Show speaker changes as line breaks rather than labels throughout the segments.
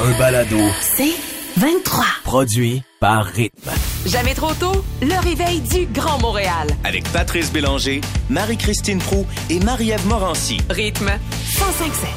Un balado
C'est 23.
produit par Rythme.
Jamais trop tôt, le réveil du Grand Montréal.
avec Patrice Bélanger, Marie-Christine Prou et Marie-Ève Morancy.
Rythme 1057.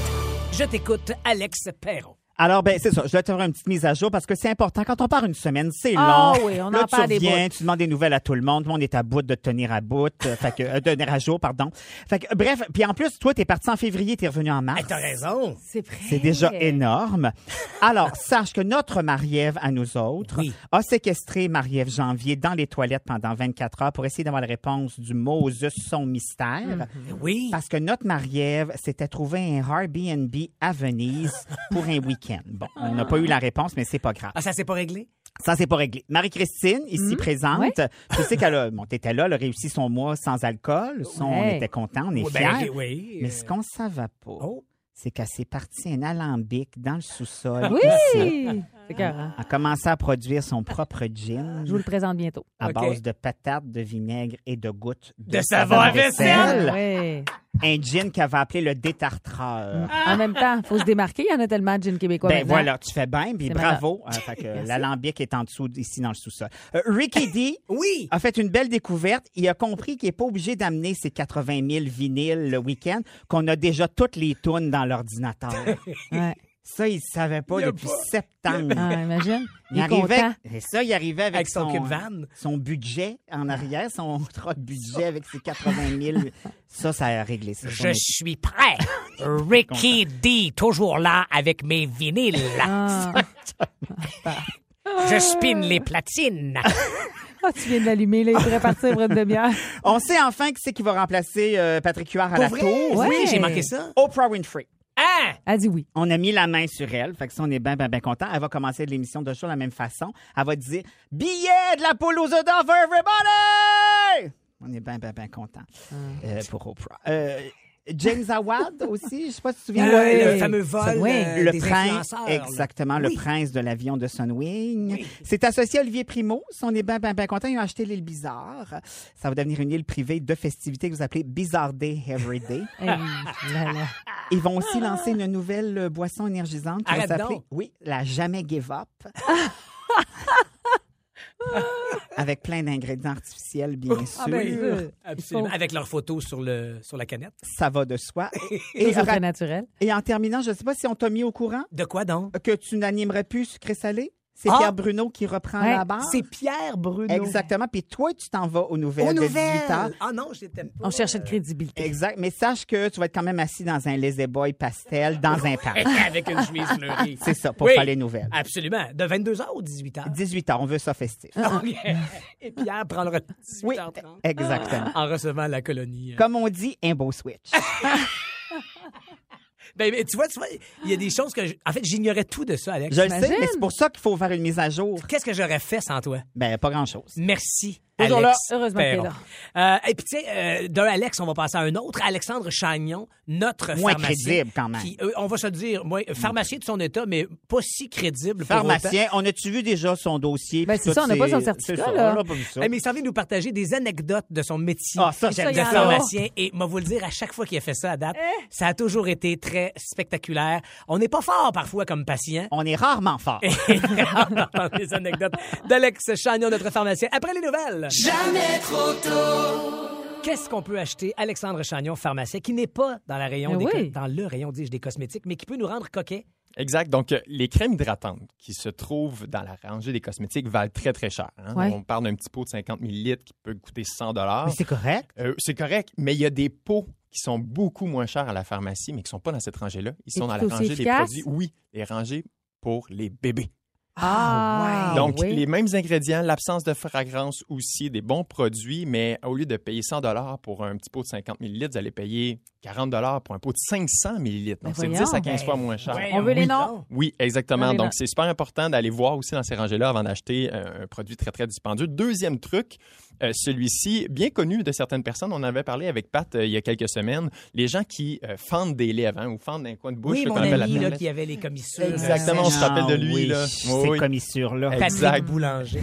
Je t'écoute, Alex Perron.
Alors, ben, c'est ça. Je dois te faire une petite mise à jour parce que c'est important. Quand on part une semaine, c'est
Ah
long.
oui, on
Là,
en
tu
perd des
reviens,
bouts.
tu demandes des nouvelles à tout le monde. Tout le monde est à bout de te tenir à bout. Euh, fait que, euh, de tenir à jour, pardon. Fait que, euh, bref. Puis en plus, toi, t'es parti en février, t'es revenu en mars.
T'as raison.
C'est vrai.
C'est déjà énorme. Alors, sache que notre Marie-Ève à nous autres
Oui.
a séquestré Marie-Ève Janvier dans les toilettes pendant 24 heures pour essayer d'avoir la réponse du Moses son mystère.
Oui.
Parce que notre Marie-Ève s'était trouvé un Airbnb à Venise pour un week-end. Bon, on n'a pas eu la réponse, mais c'est pas grave.
Ah, ça s'est pas réglé?
Ça, c'est pas réglé. Marie-Christine,
Hmm?
ici présente, tu sais qu'elle a, bon, t'étais là, elle a réussi son mois sans alcool. Ça,
Ouais.
on était content, on est
Oui,
fiers.
ben, oui.
Mais
euh,
ce qu'on savait pas,
Oh.
c'est qu'elle s'est partie un alambic dans le sous-sol. ici.
Oui. C'est carré.
Elle a commencé à produire son propre gin
Je vous le présente bientôt.
à
Ok.
base de patates, de vinaigre et de gouttes
De savon à vaisselle.
Ah, ouais.
Un gin qu'elle va appeler le détartreur.
En même temps, faut se démarquer. Il y en a tellement de jeans québécois.
Ben
maintenant.
voilà, tu fais bien, puis
C'est
bravo. Euh, fait que l'alambic est en dessous, ici dans le sous-sol. Euh, Ricky D
Oui.
a fait une belle découverte. Il a compris qu'il n'est pas obligé d'amener ses 80 000 vinyles le week-end, qu'on a déjà toutes les tunes dans l'ordinateur.
Ouais.
Ça, il ne savait pas
Il y a
depuis
pas-
septembre.
Ah, imagine. Il,
Il
est
arrivait,
content.
et ça, il arrivait avec,
Avec son cube van.
son budget en arrière, son contrat de budget avec ses 80 000. Ça, ça a réglé. ça.
Je suis prêt. Ricky D, toujours là avec mes vinyles.
Ah,
Je spin les platines.
Ah, tu viens de l'allumer, là. Il pourrait partir pour une demi-heure.
On sait enfin qui c'est qui va remplacer euh, Patrick Huard à la tour.
Ouais.
Oui, j'ai manqué ça.
Oprah Winfrey.
Hein?
Elle dit oui.
On a mis la main sur elle. Fait que ça, on est bien, bien, bien content. Elle va commencer l'émission de show de la même façon. Elle va dire Billet de la poule aux œufs d'or for everybody! On est bien, bien, bien content euh, pour Oprah. Euh, James Awad aussi, je sais pas si tu te souviens.
Le,
Ouais,
le
le-
fameux vol
oui,
euh,
le
des
prince,
influenceurs.
exactement, le
Oui.
prince de l'avion de Sunwing. C'est associé à Olivier Primo. Si on est bien, bien, bien content, ils ont acheté l'île Bizarre. Ça va devenir une île privée de festivités que vous appelez Bizarre Day Every Day.
Hey, là, là.
Ils vont aussi lancer une nouvelle euh, boisson énergisante qui va
Arrête
s'appeler
donc.
oui, la Jamais Give Up. Avec plein d'ingrédients artificiels, bien sûr.
Ah, ben,
Sûr.
absolument.
Il faut-
Avec leurs photos sur, le, sur la canette.
Ça va de soi. Et,
Toujours
ra-
très naturel.
et en terminant, je ne sais pas si on t'a mis au courant
De quoi donc?
que tu n'animerais plus Sucré Salé. C'est
Ah!
Pierre Bruno qui reprend
Ouais,
la barre.
C'est Pierre Bruno.
Exactement. Puis toi, tu t'en vas aux nouvelles
Aux
de
nouvelles.
18 heures.
Ah non, j'étais pas.
On cherchait de crédibilité.
Exact. Mais sache que tu vas être quand même assis dans un lazy boy pastel, dans un parc.
Avec une chemise fleurie.
C'est ça, pour
Oui.
faire les nouvelles.
Absolument. De 22h aux 18h.
18 heures, on veut ça festif.
Ah, Et Pierre prend le 18h30
Oui, exactement.
en recevant la colonie.
Comme on dit, un beau switch.
Ben, ben, tu vois, tu vois, il y a des choses que... je- En fait, j'ignorais tout de ça, Alex.
Je le sais,
T'imagines?
mais c'est pour ça qu'il faut faire une mise à jour.
Qu'est-ce que j'aurais fait sans toi?
Ben, pas grand-chose.
Merci,
Toujours
Alex.
là. Heureusement que t'es
Perron. Euh, et puis, tu sais, euh, d'un Alex, on va passer à un autre. Alexandre Chagnon, notre
Moins
pharmacien.
crédible, quand même.
Qui, euh, on va se le dire, moi, pharmacien de son état, mais pas si crédible pour autant.
Pharmacien, on a-tu vu déjà son dossier?
Ben,
puis
c'est
tout,
ça, on n'a pas son
c'est-
certificat,
c'est ça,
là.
On n'a pas vu ça.
Eh, mais il s'en vient nous partager des anecdotes de son métier.
Ah, ça, j'aime
ça, il y
de
en a.
pharmacien. Et moi, vous le dire, à chaque fois qu'il a fait ça à date,
Eh?
ça a toujours été très spectaculaire. On n'est pas fort parfois comme patient.
On est rarement fort.
On entend les anecdotes d'Alex Chagnon, notre pharmacien, après les nouvelles. Jamais trop tôt. Qu'est-ce qu'on peut acheter, Alexandre Chagnon, pharmacien, qui n'est pas dans, la rayon
Mais
des
oui.
co- dans le rayon, dis-je, des cosmétiques, mais qui peut nous rendre coquets?
Exact. Donc, euh, les crèmes hydratantes qui se trouvent dans la rangée des cosmétiques valent très, très cher. hein.
Ouais.
On parle d'un petit pot de 50 ml qui peut coûter 100
Ah, Mais c'est correct.
Euh, C'est correct, mais il y a des pots qui sont beaucoup moins chers à la pharmacie, mais qui ne sont pas dans cette rangée-là. Ils
Et
sont dans la
tout aussi
rangée des
efficace?
produits, oui, les rangées pour les bébés.
Ah,
Donc,
oui.
les mêmes ingrédients, l'absence de fragrance aussi, des bons produits, mais au lieu de payer 100 pour un petit pot de 50 ml, vous allez payer 40 pour un pot de 500 ml.
Ben
Donc, c'est 10
voyons.
à 15 fois moins cher.
Ouais,
On veut les noms.
Oui, exactement.
Allez, là.
Donc, c'est super important d'aller voir aussi dans ces rangées-là avant d'acheter euh, un produit très, très dispendieux. Deuxième truc, euh, celui-ci, bien connu de certaines personnes. On en avait parlé avec Pat euh, il y a quelques semaines. Les gens qui euh, fendent des lèvres hein, ou fendent un coin de bouche.
Oui,
là,
mon
qu'on appelle la
ami là,
toilette.
qui avait les commissures.
Exactement, on se rappelle de lui,
Ah, oui,
là. Oui,
Ces
oui.
commissures-là.
Patrick
Exact.
Boulanger.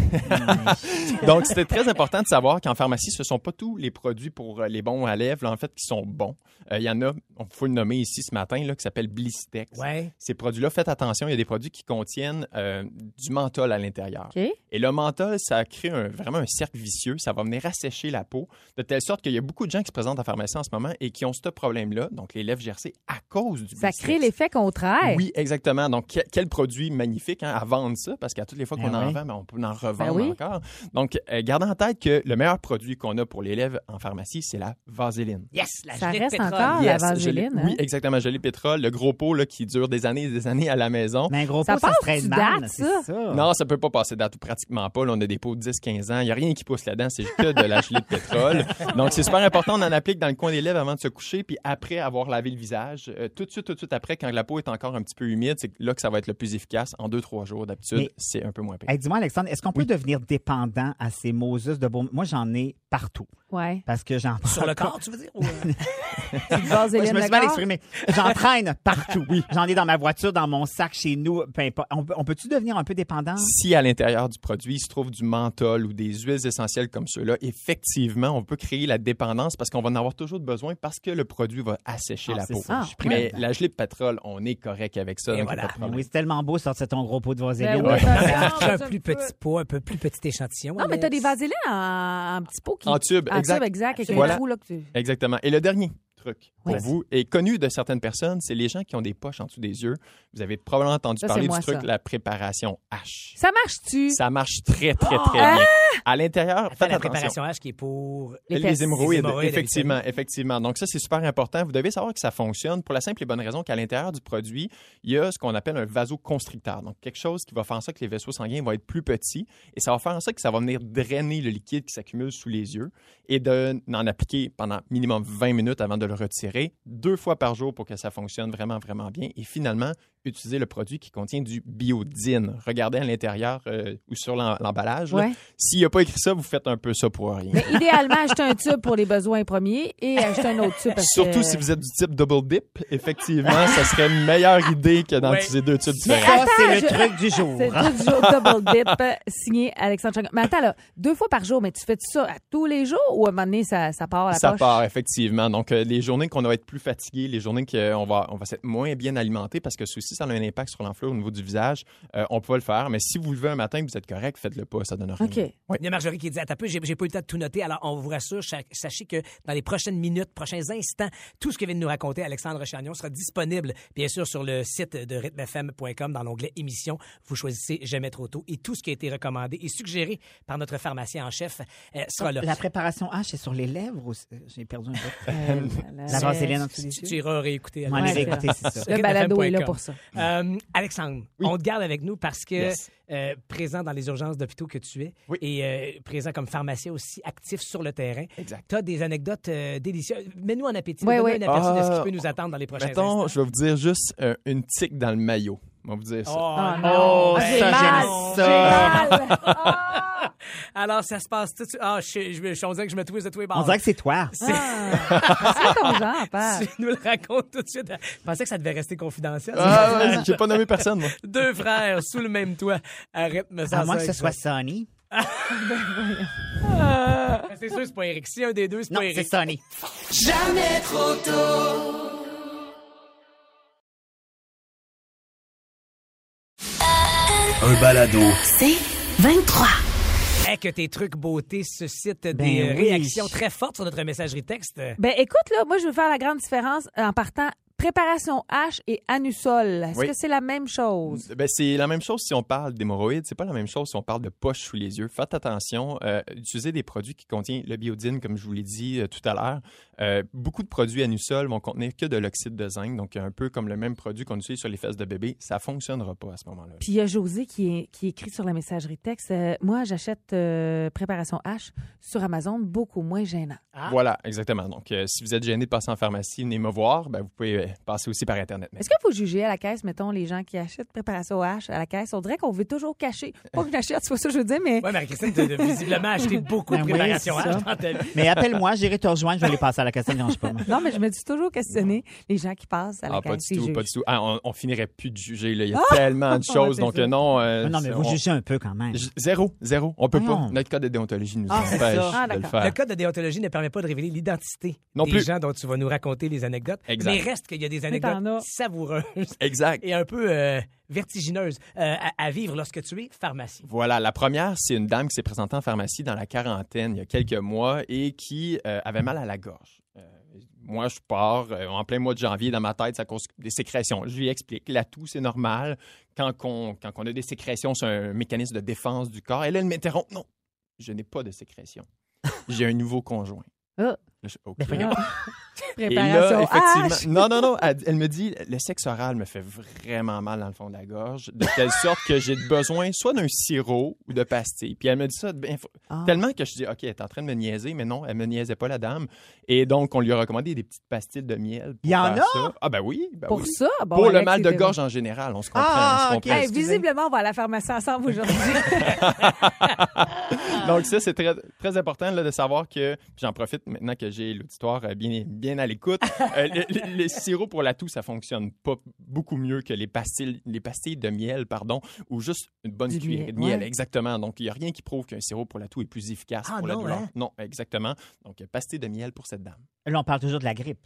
Donc, c'était très important de savoir qu'en pharmacie, ce ne sont pas tous les produits pour euh, les bons à lèvres, là, en fait, qui sont bons. Euh, Il y en a, on faut le nommer ici ce matin, là, qui s'appelle Blistex.
Ouais.
Ces produits-là, faites attention, il y a des produits qui contiennent euh, du menthol à l'intérieur.
OK.
Et le menthol, ça crée un- vraiment un cercle vicieux. Ça va venir assécher la peau, de telle sorte qu'il y a beaucoup de gens qui se présentent en pharmacie en ce moment et qui ont ce problème-là, donc les lèvres gercées, à cause du
Ça
Blistex.
crée l'effet contraire.
Oui, exactement. Donc, que- quel produit magnifique hein, à vendre ça, parce qu'à toutes les fois qu'on
Ben
en
oui.
vend, ben, on peut en revendre
Ben oui.
encore. Donc, euh, gardez en tête que le meilleur produit qu'on a pour l'élève en pharmacie, c'est la vaseline.
Yes, la
Ça
gelée de
reste
pétrole.
encore. Ah, la vaseline,
gelée-
hein?
Oui, exactement. Gelée pétrole, le gros pot là, qui dure des années et des années à la maison.
Mais un gros
Ça
pot, ça
passe
se traîne
du
mal,
date,
c'est
ça.
ça.
Non, ça peut pas passer date ou pratiquement pas. Là, on a des pots de 10-15 ans. Il n'y a rien qui pousse là-dedans. C'est que de la gelée de pétrole. Donc, c'est super important. On en applique dans le coin des lèvres avant de se coucher. Puis après avoir lavé le visage, euh, tout de suite, tout de suite après, quand la peau est encore un petit peu humide, c'est là que ça va être le plus efficace. En 2-3 jours, d'habitude,
Mais- Ah.
c'est un peu moins pire.
Hey, Dis-moi, Alexandre, est-ce qu'on peut devenir dépendant à ces Moses de Beaumont? Moi, j'en ai partout.
Ouais.
Parce que j'en prends.
Sur le corps, tu veux dire? ou, euh,
Petite vaseline
je me suis
de
mal
corps.
exprimé. J'en traîne partout. J'en ai dans ma voiture, dans mon sac, chez nous, peu importe. On, peut- on peut-tu devenir un peu dépendant?
Si à l'intérieur du produit, il se trouve du menthol ou des huiles essentielles comme ceux-là, effectivement, on peut créer la dépendance parce qu'on va en avoir toujours besoin parce que le produit va assécher
Ah,
la
c'est
peau.
ça. Ah, je
Mais
prends.
la gelée de pétrole, on est correct avec ça.
Et
donc il y a
voilà.
pas de problème.
Oui, c'est tellement beau sortir ton gros pot de
Ben
vaseline.
oui, t'as raison,
Avec un
ça
plus
peut.
petit pot, un peu plus petit échantillon.
Non, mais
Alex.
t'as des vaselines en, en petit pot qui.
En tube,
en
exact.
tube, exact, avec
Voilà.
un trou, là, que tu.
Exactement. Et le dernier truc pour
Oui.
vous, et connu de certaines personnes, c'est les gens qui ont des poches en dessous des yeux. Vous avez probablement entendu
Ça, c'est
parler
moi,
du truc,
ça.
la préparation H.
Ça marche-tu?
Ça marche très, très,
Oh!
Ah!
très bien. À
Fais
l'intérieur, faites
la
attention.
préparation H qui est pour.
Les
Les,
fesses.
hémorroïdes,
Les hémorroïdes,
effectivement, effectivement. Donc ça, c'est super important. Vous devez savoir que ça fonctionne pour la simple et bonne raison qu'à l'intérieur du produit, il y a ce qu'on appelle un vasoconstricteur. Donc quelque chose qui va faire en sorte que les vaisseaux sanguins vont être plus petits et ça va faire en sorte que ça va venir drainer le liquide qui s'accumule sous les yeux et de- d'en appliquer pendant minimum 20 minutes avant de le retirer deux fois par jour pour que ça fonctionne vraiment, vraiment bien. Et finalement, utiliser le produit qui contient du biodine. Regardez à l'intérieur euh, ou sur l'em- l'emballage. là.
Ouais.
S'il n'y a pas écrit ça, vous faites un peu ça pour rien.
Mais idéalement, acheter un tube pour les besoins premiers et acheter un autre tube. Parce
Surtout
que...
si vous êtes du type double dip, effectivement, ça serait une meilleure idée que
Ouais.
d'utiliser deux tubes
Mais
différents.
ça, c'est
je-
le truc du jour.
C'est tout du jour double dip euh, signé Alexandre Chang. Mais attends, là, deux fois par jour, mais tu fais ça à tous les jours ou à un moment donné, ça, ça part à la
Ça
poche?
part, effectivement. Donc, euh, les journées qu'on va être plus fatigué, les journées qu'on va, on va s'être moins bien alimenté, parce que ceci, ça a un impact sur l'enflure au niveau du visage, euh, on peut le faire. Mais si vous levez un matin et que vous êtes correct, faites-le pas, ça donne rien.
OK.
Il y a Marjorie qui dit, attends un peu, j'ai j'ai pas eu le temps de tout noter. Alors, on vous rassure, cha- sachez que dans les prochaines minutes, prochains instants, tout ce que vient de nous raconter Alexandre Chagnon sera disponible, bien sûr, sur le site de rythmefm.com dans l'onglet émissions. Vous choisissez Jamais trop tôt et tout ce qui a été recommandé et suggéré par notre pharmacien en chef euh, sera là.
La préparation H, c'est sur les lèvres ou c'est- J'ai perdu un peu.
Euh,
La vaseline en dessous des
Tu,
yeux.
tu iras réécouter.
M'en
Ouais,
aller
c'est
écouter, c'est ça.
Le balado est là pour ça.
Euh, Alexandre, on te garde avec nous parce que
Yes.
euh, présent dans les urgences d'hôpitaux que tu es
Oui.
et euh, présent comme pharmacien aussi actif sur le terrain,
Exact.
tu as des anecdotes euh, délicieuses. Mets-nous en appétit,
Ouais, ouais.
mets-nous un aperçu de ce
Ah,
qui peut nous attendre dans les prochains
Mettons,
instants.
je vais vous dire juste euh, une tique dans le maillot. On va vous dire ça.
Oh,
Oh,
non.
Oh,
Ah, j'ai
ça,
mal,
j'aime
j'ai
ça.
mal. Ah.
Alors, ça se passe tout de suite. Ah, je, je, je- on dirait que je me twist de tous les bords.
On dirait que c'est toi.
C'est ton genre, Pat.
Tu nous le racontes tout de suite. Je pensais que ça devait rester confidentiel.
Ah, ouais, j'ai pas nommé personne, moi.
Deux frères sous le même toit à rythme
À moins que ce
105.
soit Sonny.
C'est sûr, c'est pas Eric. Si un des deux, c'est
Non,
pas Eric.
c'est Sonny.
Un balado.
C'est 23.
Eh, que tes trucs beauté suscitent des
Ben oui.
réactions très fortes sur notre messagerie texte.
Ben écoute, là, moi, je veux faire la grande différence en partant préparation H et anusol. Est-ce
Oui.
que c'est la même chose?
Ben, c'est la même chose si on parle d'hémorroïdes, c'est pas la même chose si on parle de poche sous les yeux. Faites attention, euh, utilisez des produits qui contiennent le biodine, comme je vous l'ai dit euh, tout à l'heure. Euh, beaucoup de produits anusol vont contenir que de l'oxyde de zinc, donc un peu comme le même produit qu'on utilise sur les fesses de bébé, ça fonctionnera pas à ce moment-là.
Puis il y a José qui, est- qui écrit sur la messagerie texte euh, Moi, j'achète euh, préparation H sur Amazon, beaucoup moins gênant.
Ah.
Voilà, exactement. Donc, euh, si vous êtes gêné de passer en pharmacie, venez me voir. Ben, vous pouvez euh, passer aussi par Internet.
Est-ce que vous jugez à la caisse, mettons, les gens qui achètent préparation H à la caisse? On dirait qu'on veut toujours cacher. Pas que j'achète, c'est pas ça que je veux dire, mais.
Oui, Marie-Christine, tu as visiblement acheté beaucoup de
Ben oui,
préparation
c'est ça.
dans ta vie.
Mais appelle-moi, j'irai te rejoindre, je vais les passer à la question, ne dérange pas. moi.
Non, mais je me suis toujours questionné les gens qui passent à la
Ah,
caisse.
pas du
ils
tout, pas du
jugent.
tout. Ah, on, on finirait plus de juger. là. Il y a tellement de
Ah,
choses.
c'est
donc,
ça.
euh, non. euh,
Non, mais
c'est-
vous
on-
jugez un peu quand même.
j- Zéro, zéro. On peut
Voyons.
pas. Notre code de déontologie nous
Mhm. Ah, c'est
empêche
ça.
Ah,
de le
d'accord.
faire.
Le code de déontologie ne permet pas de révéler l'identité
Non
des
plus.
gens dont tu vas nous raconter les anecdotes.
Exact.
Mais reste qu'il y a des
Mais t'en
anecdotes
as.
savoureuses
Exact.
et un peu euh, vertigineuses euh, à, à vivre lorsque tu es pharmacien.
Voilà, la première, c'est une dame qui s'est présentée en pharmacie dans la quarantaine il y a quelques mois et qui euh, avait mal à la gorge. Euh, moi, je pars euh, en plein mois de janvier dans ma tête, ça cause des sécrétions. Je lui explique, la toux, c'est normal. Quand on, quand on a des sécrétions, c'est un mécanisme de défense du corps. Elle, elle m'interrompt. Non, je n'ai pas de sécrétion. J'ai un nouveau conjoint.
Ah.
Là, je- OK. Et
Préparation Ah, H.
là, effectivement, non, non, non, elle, elle me dit, le sexe oral me fait vraiment mal dans le fond de la gorge, de telle sorte que j'ai besoin soit d'un sirop ou de pastilles. Puis elle me dit ça de bien-
Ah.
tellement que je dis, OK, elle est en train de me niaiser, mais non, elle me niaisait pas, la dame. Et donc, on lui a recommandé des petites pastilles de miel. pour
Il y en
faire ça. Ah ben oui, ben
Pour
oui.
ça, bon,
pour le
Alex,
mal de
c'était-
gorge en général, on se comprend.
Ah,
on se
OK.
comprend.
Hey,
Excusez.
visiblement, on va à la pharmacie ensemble aujourd'hui.
Donc ça, c'est très, très important là, de savoir que, puis j'en profite maintenant que j'ai l'auditoire euh, bien, bien à l'écoute, euh, le, le- le sirop pour la toux, ça fonctionne pas beaucoup mieux que les pastilles, les pastilles de miel, pardon, ou juste une bonne
Du
cuillerée
miel,
de miel,
ouais.
exactement. Donc, il n'y a rien qui prouve qu'un sirop pour la toux est plus efficace
Ah,
pour
non,
la douleur.
hein?
Non, exactement. Donc, euh, pastilles de miel pour cette dame.
Là, on parle toujours de la grippe.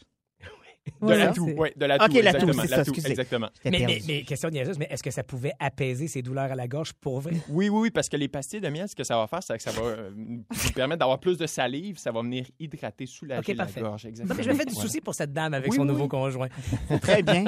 De
Ouais,
la
c'est-
toux, oui, de la
OK, la
toux,
toux,
exactement.
c'est ça, excusez.
exactement.
J'étais
Mais,
perdu.
mais, mais question niaiseuse, mais est-ce que ça pouvait apaiser ses douleurs à la gorge pour vrai?
Oui, oui, oui, parce que les pastilles de miel, ce que ça va faire, c'est que ça va euh, vous permettre d'avoir plus de salive, ça va venir hydrater, soulager
OK, parfait.
la gorge. Exactement.
Non, mais je me fais du
Voilà.
souci pour cette dame avec
Oui,
son
oui,
nouveau
oui.
conjoint.
Très bien.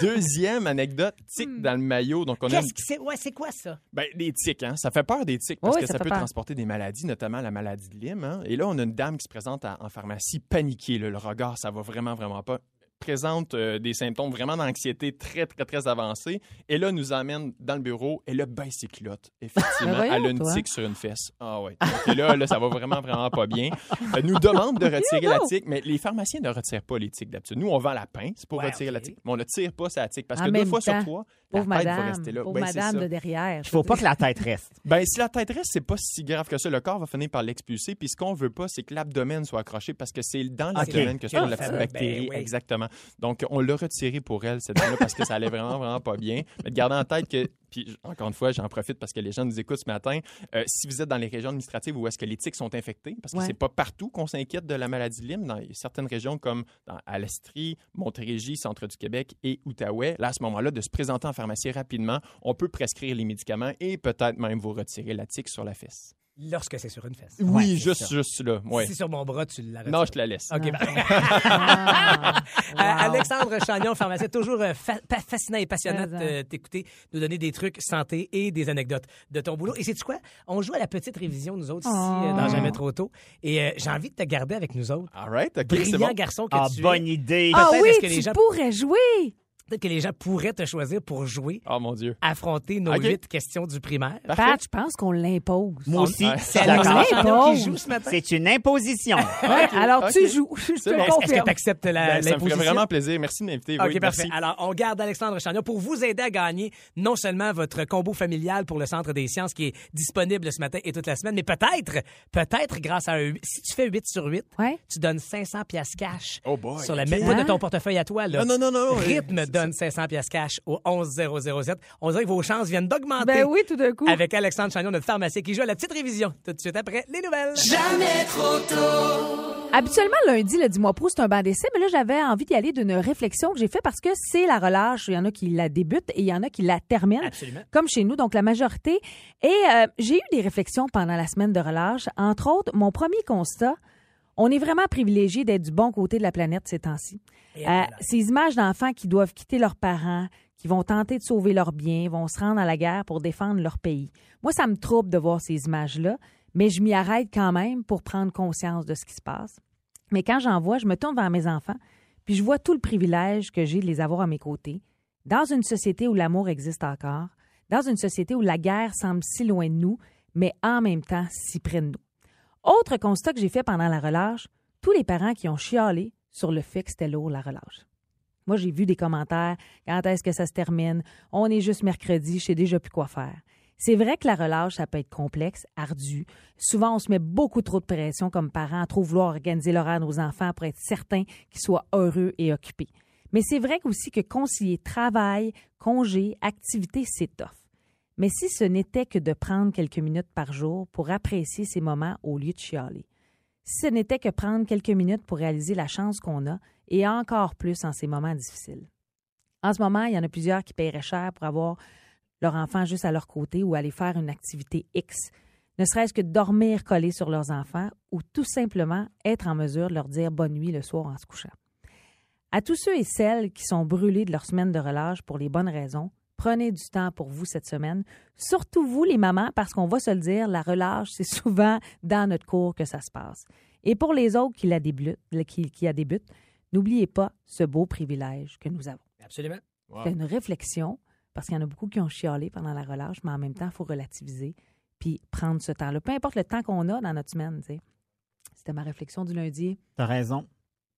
Deuxième anecdote, tic dans le maillot. Donc, on a
Qu'est-ce que c'est? Ouais, c'est quoi ça?
ben, des tics, hein? ça fait peur des tics parce
Oui,
que
ça
ça,
fait
peut
peur.
transporter des maladies, notamment la maladie de Lyme. hein. Et là, on a une dame qui se présente à- en pharmacie paniquée. là. le regard, ça va vraiment, vraiment pas. Présente euh, des symptômes vraiment d'anxiété très, très, très avancés. Et là, nous emmène dans le bureau et là, ben, ses culottes. Effectivement,
Ben voyons,
elle a une
toi.
tique sur une fesse. Ah ouais. Donc, et là, là, ça va vraiment, vraiment pas bien. Elle nous demande de retirer la tique, mais les pharmaciens ne retirent pas les tiques d'habitude. Nous, on vend la pince pour
Ouais,
retirer la
ok.
tique, mais on ne tire pas sa tique parce
En
que deux
même
fois
temps,
sur trois, la
Pauvre
tête va
madame,
rester là.
pauvre
Ben, c'est
madame
ça.
de derrière.
Il faut pas que la tête reste.
Ben, si la tête reste, c'est pas si grave que ça. Le corps va finir par l'expulser. Puis ce qu'on veut pas, c'est que l'abdomen soit accroché parce que c'est dans l'abdomen que se
Ah,
trouve la petite
fameux.
bactérie.
Ben oui.
Exactement. Donc, on l'a retiré pour elle, cette dame-là, parce que ça allait vraiment, vraiment pas bien. Mais de garder en tête que, puis j- encore une fois, j'en profite parce que les gens nous écoutent ce matin. Euh, si vous êtes dans les régions administratives où est-ce que les tiques sont infectées, parce que
Ouais.
c'est pas partout qu'on s'inquiète de la maladie de Lyme, dans certaines régions comme dans- à l'Estrie, Montérégie, Centre du Québec et Outaouais, là, à ce moment-là, de se présenter en pharmacie rapidement, on peut prescrire les médicaments et peut-être même vous retirer la tique sur la fesse.
Lorsque c'est sur une fesse.
Oui,
Ouais, c'est
juste,
ça.
juste là. Ouais.
Si c'est sur mon bras, tu la
Non,
retires.
je te la ben laisse.
OK, parfait.
Ah,
Euh,
wow.
Alexandre Chagnon, pharmacien, toujours euh, fa- pa- fascinant et passionnant de
Très bien.
euh, t'écouter, nous donner des trucs santé et des anecdotes de ton boulot. Et c'est quoi? On joue à la petite révision, nous autres, ici,
Oh.
euh, dans Jamais trop tôt. Et euh, j'ai envie de te garder avec nous autres.
All right, OK, c'est
Brillant
bon.
garçon que
Ah,
tu es.
bonne idée.
Ah
Peut-être
oui,
est-ce que
tu
les gens-
pourrais jouer.
Peut-être que les gens pourraient te choisir pour jouer,
Oh mon Dieu.
affronter nos
OK.
huit questions du primaire.
Pat, je pense qu'on l'impose.
Moi aussi,
Ah,
je suis
C'est
d'accord.
Alexandre Chagnon qui
Bon.
joue ce matin.
C'est une imposition.
Ouais, alors
ok.
tu joues, je te
C'est bon.
le
Est-ce que
confirme.
tu acceptes la,
Ben, ça me ferait
l'imposition?
vraiment plaisir. Merci de m'inviter.
OK,
oui,
parfait.
merci.
Alors, on garde Alexandre Chagnon pour vous aider à gagner non seulement votre combo familial pour le Centre des sciences qui est disponible ce matin et toute la semaine, mais peut-être, peut-être grâce à un... hu- Si tu fais 8 sur 8,
Ouais.
tu donnes 500 piastres cash
Oh boy,
sur la...
OK.
Même pas
Hein?
de ton portefeuille à toi, là.
Non, non, non, non.
Rythme donne 500 piastres cash au 11007. On dirait que vos chances viennent d'augmenter.
Ben oui, tout d'un coup.
Avec Alexandre Chagnon, notre pharmacien, qui joue à la petite révision tout de suite après les nouvelles.
Habituellement, lundi, le 10 mois pro, c'est un banc d'essai, mais là, j'avais envie d'y aller d'une réflexion que j'ai faite parce que c'est la relâche. Il y en a qui la débutent et il y en a qui la terminent.
Absolument.
Comme chez nous, donc la majorité. Et euh, j'ai eu des réflexions pendant la semaine de relâche. Entre autres, mon premier constat, on est vraiment privilégié d'être du bon côté de la planète ces temps-ci.
Et
Euh,
voilà.
ces images d'enfants qui doivent quitter leurs parents, qui vont tenter de sauver leurs biens, vont se rendre à la guerre pour défendre leur pays. Moi, ça me trouble de voir ces images-là, mais je m'y arrête quand même pour prendre conscience de ce qui se passe. Mais quand j'en vois, je me tourne vers mes enfants, puis je vois tout le privilège que j'ai de les avoir à mes côtés, dans une société où l'amour existe encore, dans une société où la guerre semble si loin de nous, mais en même temps si près de nous. Autre constat que j'ai fait pendant la relâche, tous les parents qui ont chialé sur le fait que c'était lourd la relâche. Moi, j'ai vu des commentaires. Quand est-ce que ça se termine? On est juste mercredi, je sais déjà plus quoi faire. C'est vrai que la relâche, ça peut être complexe, ardu. Souvent, on se met beaucoup trop de pression comme parents à trop vouloir organiser l'horaire de nos enfants pour être certain qu'ils soient heureux et occupés. Mais c'est vrai aussi que concilier travail, congé, activité, c'est tough. Mais si ce n'était que de prendre quelques minutes par jour pour apprécier ces moments au lieu de chialer, si ce n'était que prendre quelques minutes pour réaliser la chance qu'on a et encore plus en ces moments difficiles. En ce moment, il y en a plusieurs qui paieraient cher pour avoir leur enfant juste à leur côté ou aller faire une activité X, ne serait-ce que dormir collé sur leurs enfants ou tout simplement être en mesure de leur dire bonne nuit le soir en se couchant. À tous ceux et celles qui sont brûlés de leur semaine de relâche pour les bonnes raisons, prenez du temps pour vous cette semaine, surtout vous les mamans, parce qu'on va se le dire, la relâche, c'est souvent dans notre cours que ça se passe. Et pour les autres qui la débutent, qui, qui la débutent, n'oubliez pas ce beau privilège que nous avons.
Absolument.
C'est une réflexion, parce qu'il y en a beaucoup qui ont chialé pendant la relâche, mais en même temps, il faut relativiser puis prendre ce temps-là. Peu importe le temps qu'on a dans notre semaine, tu sais. C'était ma réflexion du lundi.
T'as raison.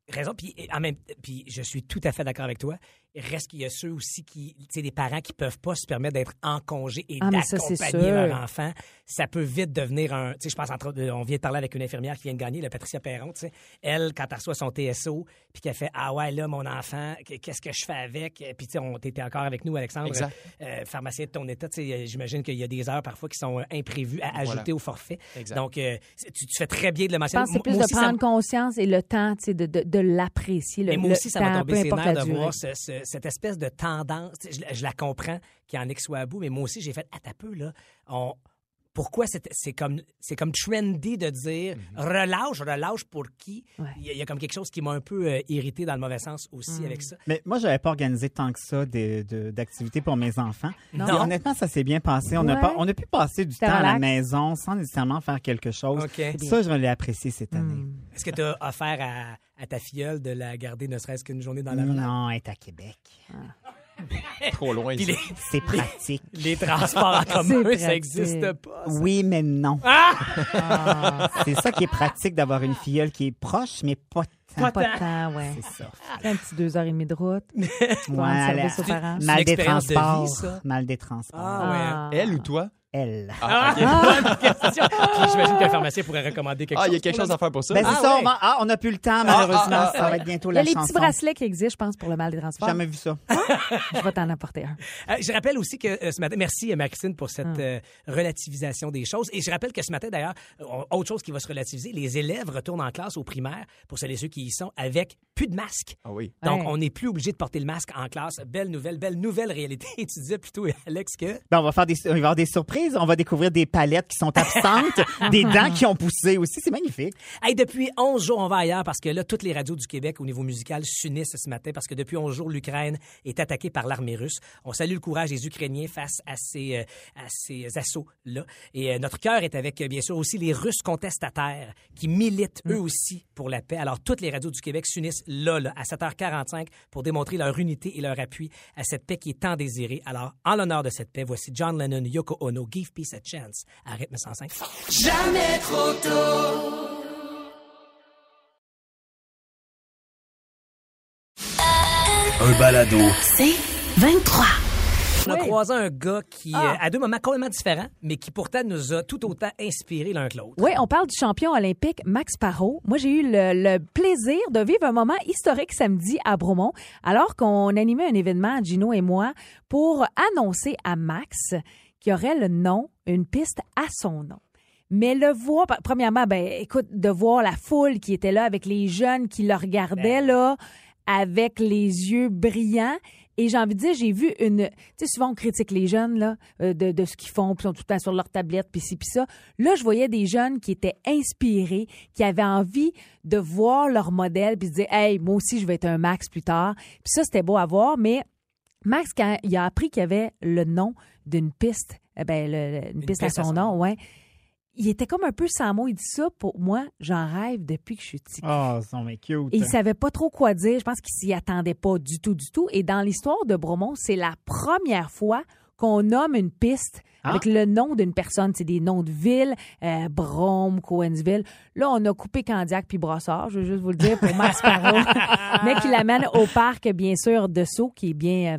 raison. Puis, et en même, puis je suis tout à fait d'accord avec toi. Il Reste qu'il y a ceux aussi qui, tu sais, des parents qui peuvent pas se permettre d'être en congé et
Ah, mais ça, c'est
d'accompagner
sûr.
leur enfant. Ça peut vite devenir un. Tu sais, je pense entre autres, on vient de parler avec une infirmière qui vient de gagner, la Patricia Perron. Tu sais, elle, quand elle reçoit son TSO, puis qu'elle fait ah ouais là mon enfant, qu- qu'est-ce que je fais avec Puis tu sais, on t'étais encore avec nous, Alexandre,
Exact.
euh, pharmacien de ton état. Tu sais, euh, j'imagine qu'il y a des heures parfois qui sont euh, imprévues à ajouter au forfait.
Exact.
Donc, euh, c'est- tu, tu fais très bien de le
Je
mentionner.
pense que c'est
Moi-
plus
moi
de
aussi, ça me-
prendre conscience et le temps, tu sais, de, de, de l'apprécier. Le,
mais moi
le
aussi, ça m'a
temps,
tombé
peu
ses
importe
nerfs
la
de
durée.
voir ce- ce- cette espèce de tendance. Tu sais, Je, je la comprends qu'il y en ait qui soit à bout, mais moi aussi, j'ai fait « Ah, t'as peu, là. On- Pourquoi c'est c'est comme, c'est comme trendy de dire
Mhm.
relâche, relâche pour qui?
Ouais.
Il y, a- il y a comme quelque chose qui m'a un peu euh, irrité dans le mauvais sens aussi avec
Mm.
ça.
Mais moi, j'avais pas organisé tant que ça des- de- d'activités pour mes enfants.
Non.
Puis honnêtement, ça s'est bien passé. On, a
Ouais.
pas- on a pu passer du
C'était
temps à la
relax.
maison sans nécessairement faire quelque chose.
OK.
Ça, je me l'ai apprécié cette année.
Est-ce que tu as offert à, à ta filleule de la garder ne serait-ce qu'une journée dans la relâche?
Non, être à Québec,
Trop loin.
Puis
ça.
les,
c'est pratique.
les transports en commun,
pratique.
ça n'existe pas. ça.
Oui, mais non. Ah. C'est ça qui est pratique d'avoir une filleule qui est proche, mais pas
Pas
tant.
de temps, ouais.
C'est ça.
Un petit deux heures et demie de route.
Ouais,
rendre
elle
service
a-
aux parents.
Mal
une
des
expérience de vie,
transports.
ça.
Mal des transports.
Ah ouais, hein.
Ah.
Elle ou toi?
Elle.
Ah, ok.
Question. Puis J'imagine qu'un pharmacien pourrait recommander quelque
Ah, il
chose.
y a quelque chose à faire pour ça.
Ben, c'est
Ah
ça,
ouais.
on, va- ah, on a plus le temps, malheureusement.
ah,
ça va être bientôt
Il y a
la
les
chanson.
petits bracelets qui existent, je pense, pour le mal des transports.
Jamais vu ça.
Je vais t'en apporter un.
Euh, je rappelle aussi que euh, ce matin, merci euh, Maxine pour cette euh, relativisation des choses. Et je rappelle que ce matin, d'ailleurs, euh, autre chose qui va se relativiser, les élèves retournent en classe au primaire, pour celles et ceux qui y sont, avec plus de masque.
Ah oui.
Donc,
Ouais.
on n'est plus obligé de porter le masque en classe. Belle nouvelle, belle nouvelle réalité. Et tu disais plutôt, Alex, que...
Ben, on va faire des, on va avoir des surprises. On va découvrir des palettes qui sont absentes, des dents qui ont poussé aussi. C'est magnifique.
Hey, depuis 11 jours, on va ailleurs parce que là, toutes les radios du Québec au niveau musical s'unissent ce matin parce que depuis 11 jours, l'Ukraine est attaquée par l'armée russe. On salue le courage des Ukrainiens face à ces, euh, à ces assauts-là. Et euh, notre cœur est avec, euh, bien sûr, aussi les Russes contestataires qui militent eux aussi pour la paix. Alors, toutes les radios du Québec s'unissent là, là, à 7h45 pour démontrer leur unité et leur appui à cette paix qui est tant désirée. Alors, en l'honneur de cette paix, voici John Lennon, Yoko Ono, Give Peace a Chance, à rythme 105.
Un balado.
C'est 23.
On a
Oui.
croisé un gars qui, euh, à deux moments complètement différents, mais qui pourtant nous a tout autant inspirés l'un que l'autre.
Oui, on parle du champion olympique Max Parot. Moi, j'ai eu le, le plaisir de vivre un moment historique samedi à Bromont, alors qu'on animait un événement, Gino et moi, pour annoncer à Max qu'il y aurait le nom, une piste à son nom. Mais le voir, pa- premièrement, ben, écoute, de voir la foule qui était là avec les jeunes qui le regardaient, là, avec les yeux brillants. Et j'ai envie de dire, j'ai vu une. Tu sais, souvent, on critique les jeunes, là, euh, de, de ce qu'ils font, puis ils sont tout le temps sur leur tablette, puis ci, puis ça. Là, je voyais des jeunes qui étaient inspirés, qui avaient envie de voir leur modèle, puis se dire, hey, moi aussi, je vais être un Max plus tard. Puis ça, c'était beau à voir, mais Max, quand il a appris qu'il y avait le nom d'une piste, eh ben, le- le- une, piste à son nom, ouais. Il était comme un peu sans mots. Il dit ça pour moi, j'en rêve depuis que je suis petite.
Oh, ils sont bien cute.
Et il savait pas trop quoi dire. Je pense qu'il s'y attendait pas du tout, du tout. Et dans l'histoire de Bromont, c'est la première fois qu'on nomme une piste
Ah.
avec le nom d'une personne. C'est des noms de villes, euh, Brome, Coensville. Là, on a coupé Candiac puis Brossard, je veux juste vous le dire, pour Max Parot. mais qui l'amène au parc, bien sûr, de Sceaux, qui est bien... euh,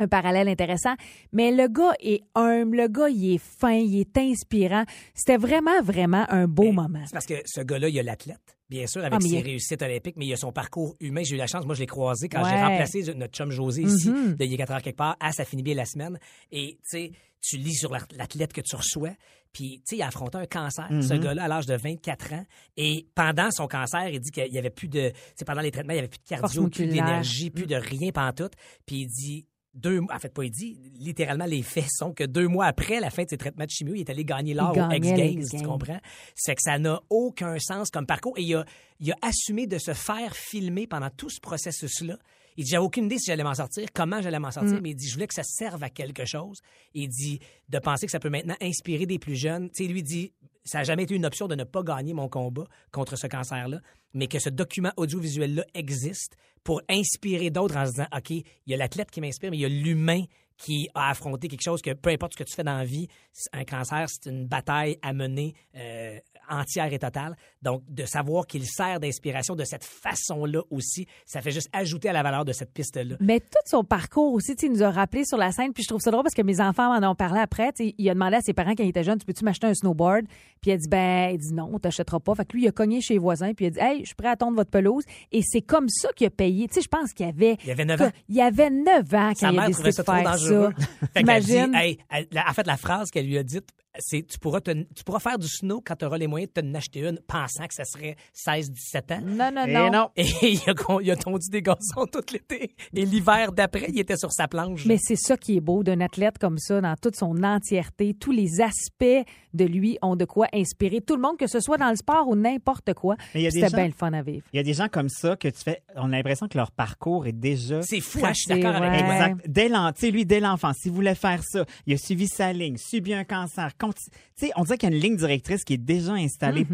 un parallèle intéressant, mais le gars est humble, le gars il est fin, il est inspirant. C'était vraiment vraiment un beau
Mais
moment.
C'est parce que ce gars-là, il a l'athlète, bien sûr, avec
Hein. Ah, mais il
ses
est-
réussites olympiques, mais il a son parcours humain. J'ai eu la chance, moi, je l'ai croisé quand j'ai
Ouais.
remplacé notre chum José ici,
Mhm.
de Il est 4 heures quelque part, à ça finit bien la semaine. Et, tu sais, tu lis sur l'at- l'athlète que tu reçois, puis, tu sais, il a affronté un cancer, ce
Mhm.
gars-là, à l'âge de 24 ans. Et pendant son cancer, il dit qu'il n'y avait plus de... Tu sais, pendant les traitements, il n'y avait plus de cardio,
Force
plus
musculaire.
d'énergie, plus de rien pantoute. Puis il dit... Deux, en fait, pas il dit, littéralement, les faits sont que deux mois après la fin de ses traitements de chimio, il est allé gagner l'or
Il
aux
gagnait
X
les
Games, tu
Games.
comprends? C'est que ça n'a aucun sens comme parcours. Et il a, il a assumé de se faire filmer pendant tout ce processus-là. Il dit, j'avais aucune idée si j'allais m'en sortir, comment j'allais m'en
Mm.
sortir, mais il dit, je voulais que ça serve à quelque chose. Il dit, de penser que ça peut maintenant inspirer des plus jeunes. Tu sais, lui dit, ça n'a jamais été une option de ne pas gagner mon combat contre ce cancer-là, mais que ce document audiovisuel-là existe pour inspirer d'autres en se disant, OK, il y a l'athlète qui m'inspire, mais il y a l'humain qui a affronté quelque chose que peu importe ce que tu fais dans la vie, c'est- un cancer, c'est une bataille à mener euh, entière et totale. Donc, de savoir qu'il sert d'inspiration de cette façon-là aussi, ça fait juste ajouter à la valeur de cette piste-là.
Mais tout son parcours aussi, tu sais, il nous a rappelé sur la scène. Puis je trouve ça drôle parce que mes enfants m'en ont parlé après. Tu sais, il a demandé à ses parents quand il était jeune, tu peux-tu m'acheter un snowboard? Puis il a dit, ben, il dit non, on t'achètera pas. Fait que lui, il a cogné chez les voisins. Puis il a dit, hey, je suis prêt à tondre votre pelouse. Et c'est comme ça qu'il a payé. Tu sais, je pense qu'il y avait.
Il y avait 9 ans.
Il y avait 9 ans quand
Sa
il
mère
a décidé
trouvait
de
ça trop
faire
dangereux.
ça.
Fait qu'elle dit,
Imagine.
hey, elle- la- en fait, la phrase qu'elle lui a dite, c'est tu pourras, te- tu pourras faire du snow quand tu auras les moyens de te en acheter une, pensant que ça serait 16-17 ans.
Non, non,
Et
non.
Eh non.
Et il a, con- il a tondu des gazons tout l'été. Et l'hiver d'après, il était sur sa planche.
Mais c'est ça qui est beau d'un athlète comme ça, dans toute son entièreté. Tous les aspects de lui ont de quoi inspirer tout le monde, que ce soit dans le sport ou n'importe quoi.
Mais il y a
Puis
des
C'était
gens-
bien le fun à vivre.
Il y a des gens comme ça que tu fais, on a l'impression que leur parcours est déjà.
c'est fou, hein, je suis
C'est
d'accord avec
vrai.
toi.
Exact. Dès l'en- tu sais, lui, dès l'enfance, s'il voulait faire ça, il a suivi sa ligne, subi un cancer. conti- Tu sais, on dirait qu'il y a une ligne directrice qui est déjà installée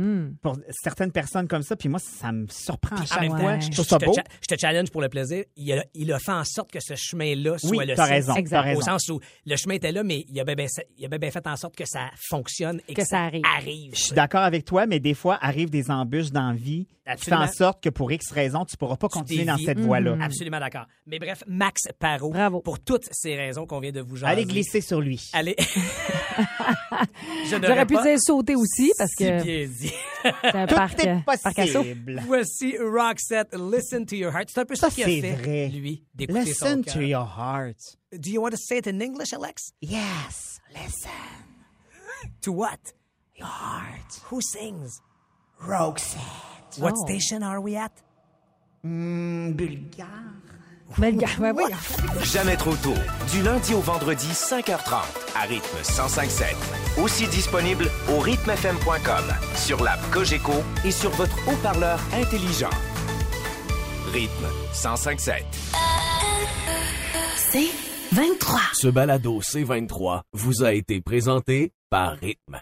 pour certaines personnes comme ça. Puis moi, ça me surprend à
Mm-hmm. En
chaque
même
fois.
temps,
Ouais.
je,
Je
je
trouve ça
te
beau.
cha- je te challenge pour le plaisir. Il a, il a fait en sorte que ce chemin-là soit
Oui,
le
t'as
sien.
raison.
Exact.
T'as
Au
raison.
Au sens où le chemin était là, mais il a bien ben- il a ben- ben fait en sorte que ça fonctionne et que,
Que ça arrive.
Je suis d'accord avec toi, mais des fois, arrivent des embûches dans la vie qui font
Absolument.
en sorte que pour X raisons, tu pourras pas continuer dans
dévies. Mm-hmm.
cette voie-là.
Absolument d'accord. Mais bref, Max Parot,
Mm-hmm. Bravo.
pour toutes ces raisons qu'on vient de vous jaser.
Allez glisser sur lui.
Allez. Je n'aurais
J'aurais pu
pas
dire sauter aussi parce
si
que
bien dit.
c'est un
Tout
parc, euh,
est
parc à saut.
possible.
Voici Roxette, Listen to Your Heart. C'est un peu ça,
Ça,
qu'il a
c'est
fait,
vrai.
lui, d'écouter son
Listen
cœur.
to your heart.
Do you want to say it in English, Alex?
Yes, listen.
To what?
Your heart.
Who sings?
Roxanne.
What
Oh.
station are we at?
Hmm, Bulgare.
Mais le gars, ben voilà.
Jamais trop tôt. Du lundi au vendredi, 5h30, à rythme 1057. Aussi disponible au rythmefm.com, sur l'app Cogeco et sur votre haut-parleur intelligent. Rythme 1057.
C'est 23.
Ce balado C23 vous a été présenté par Rythme.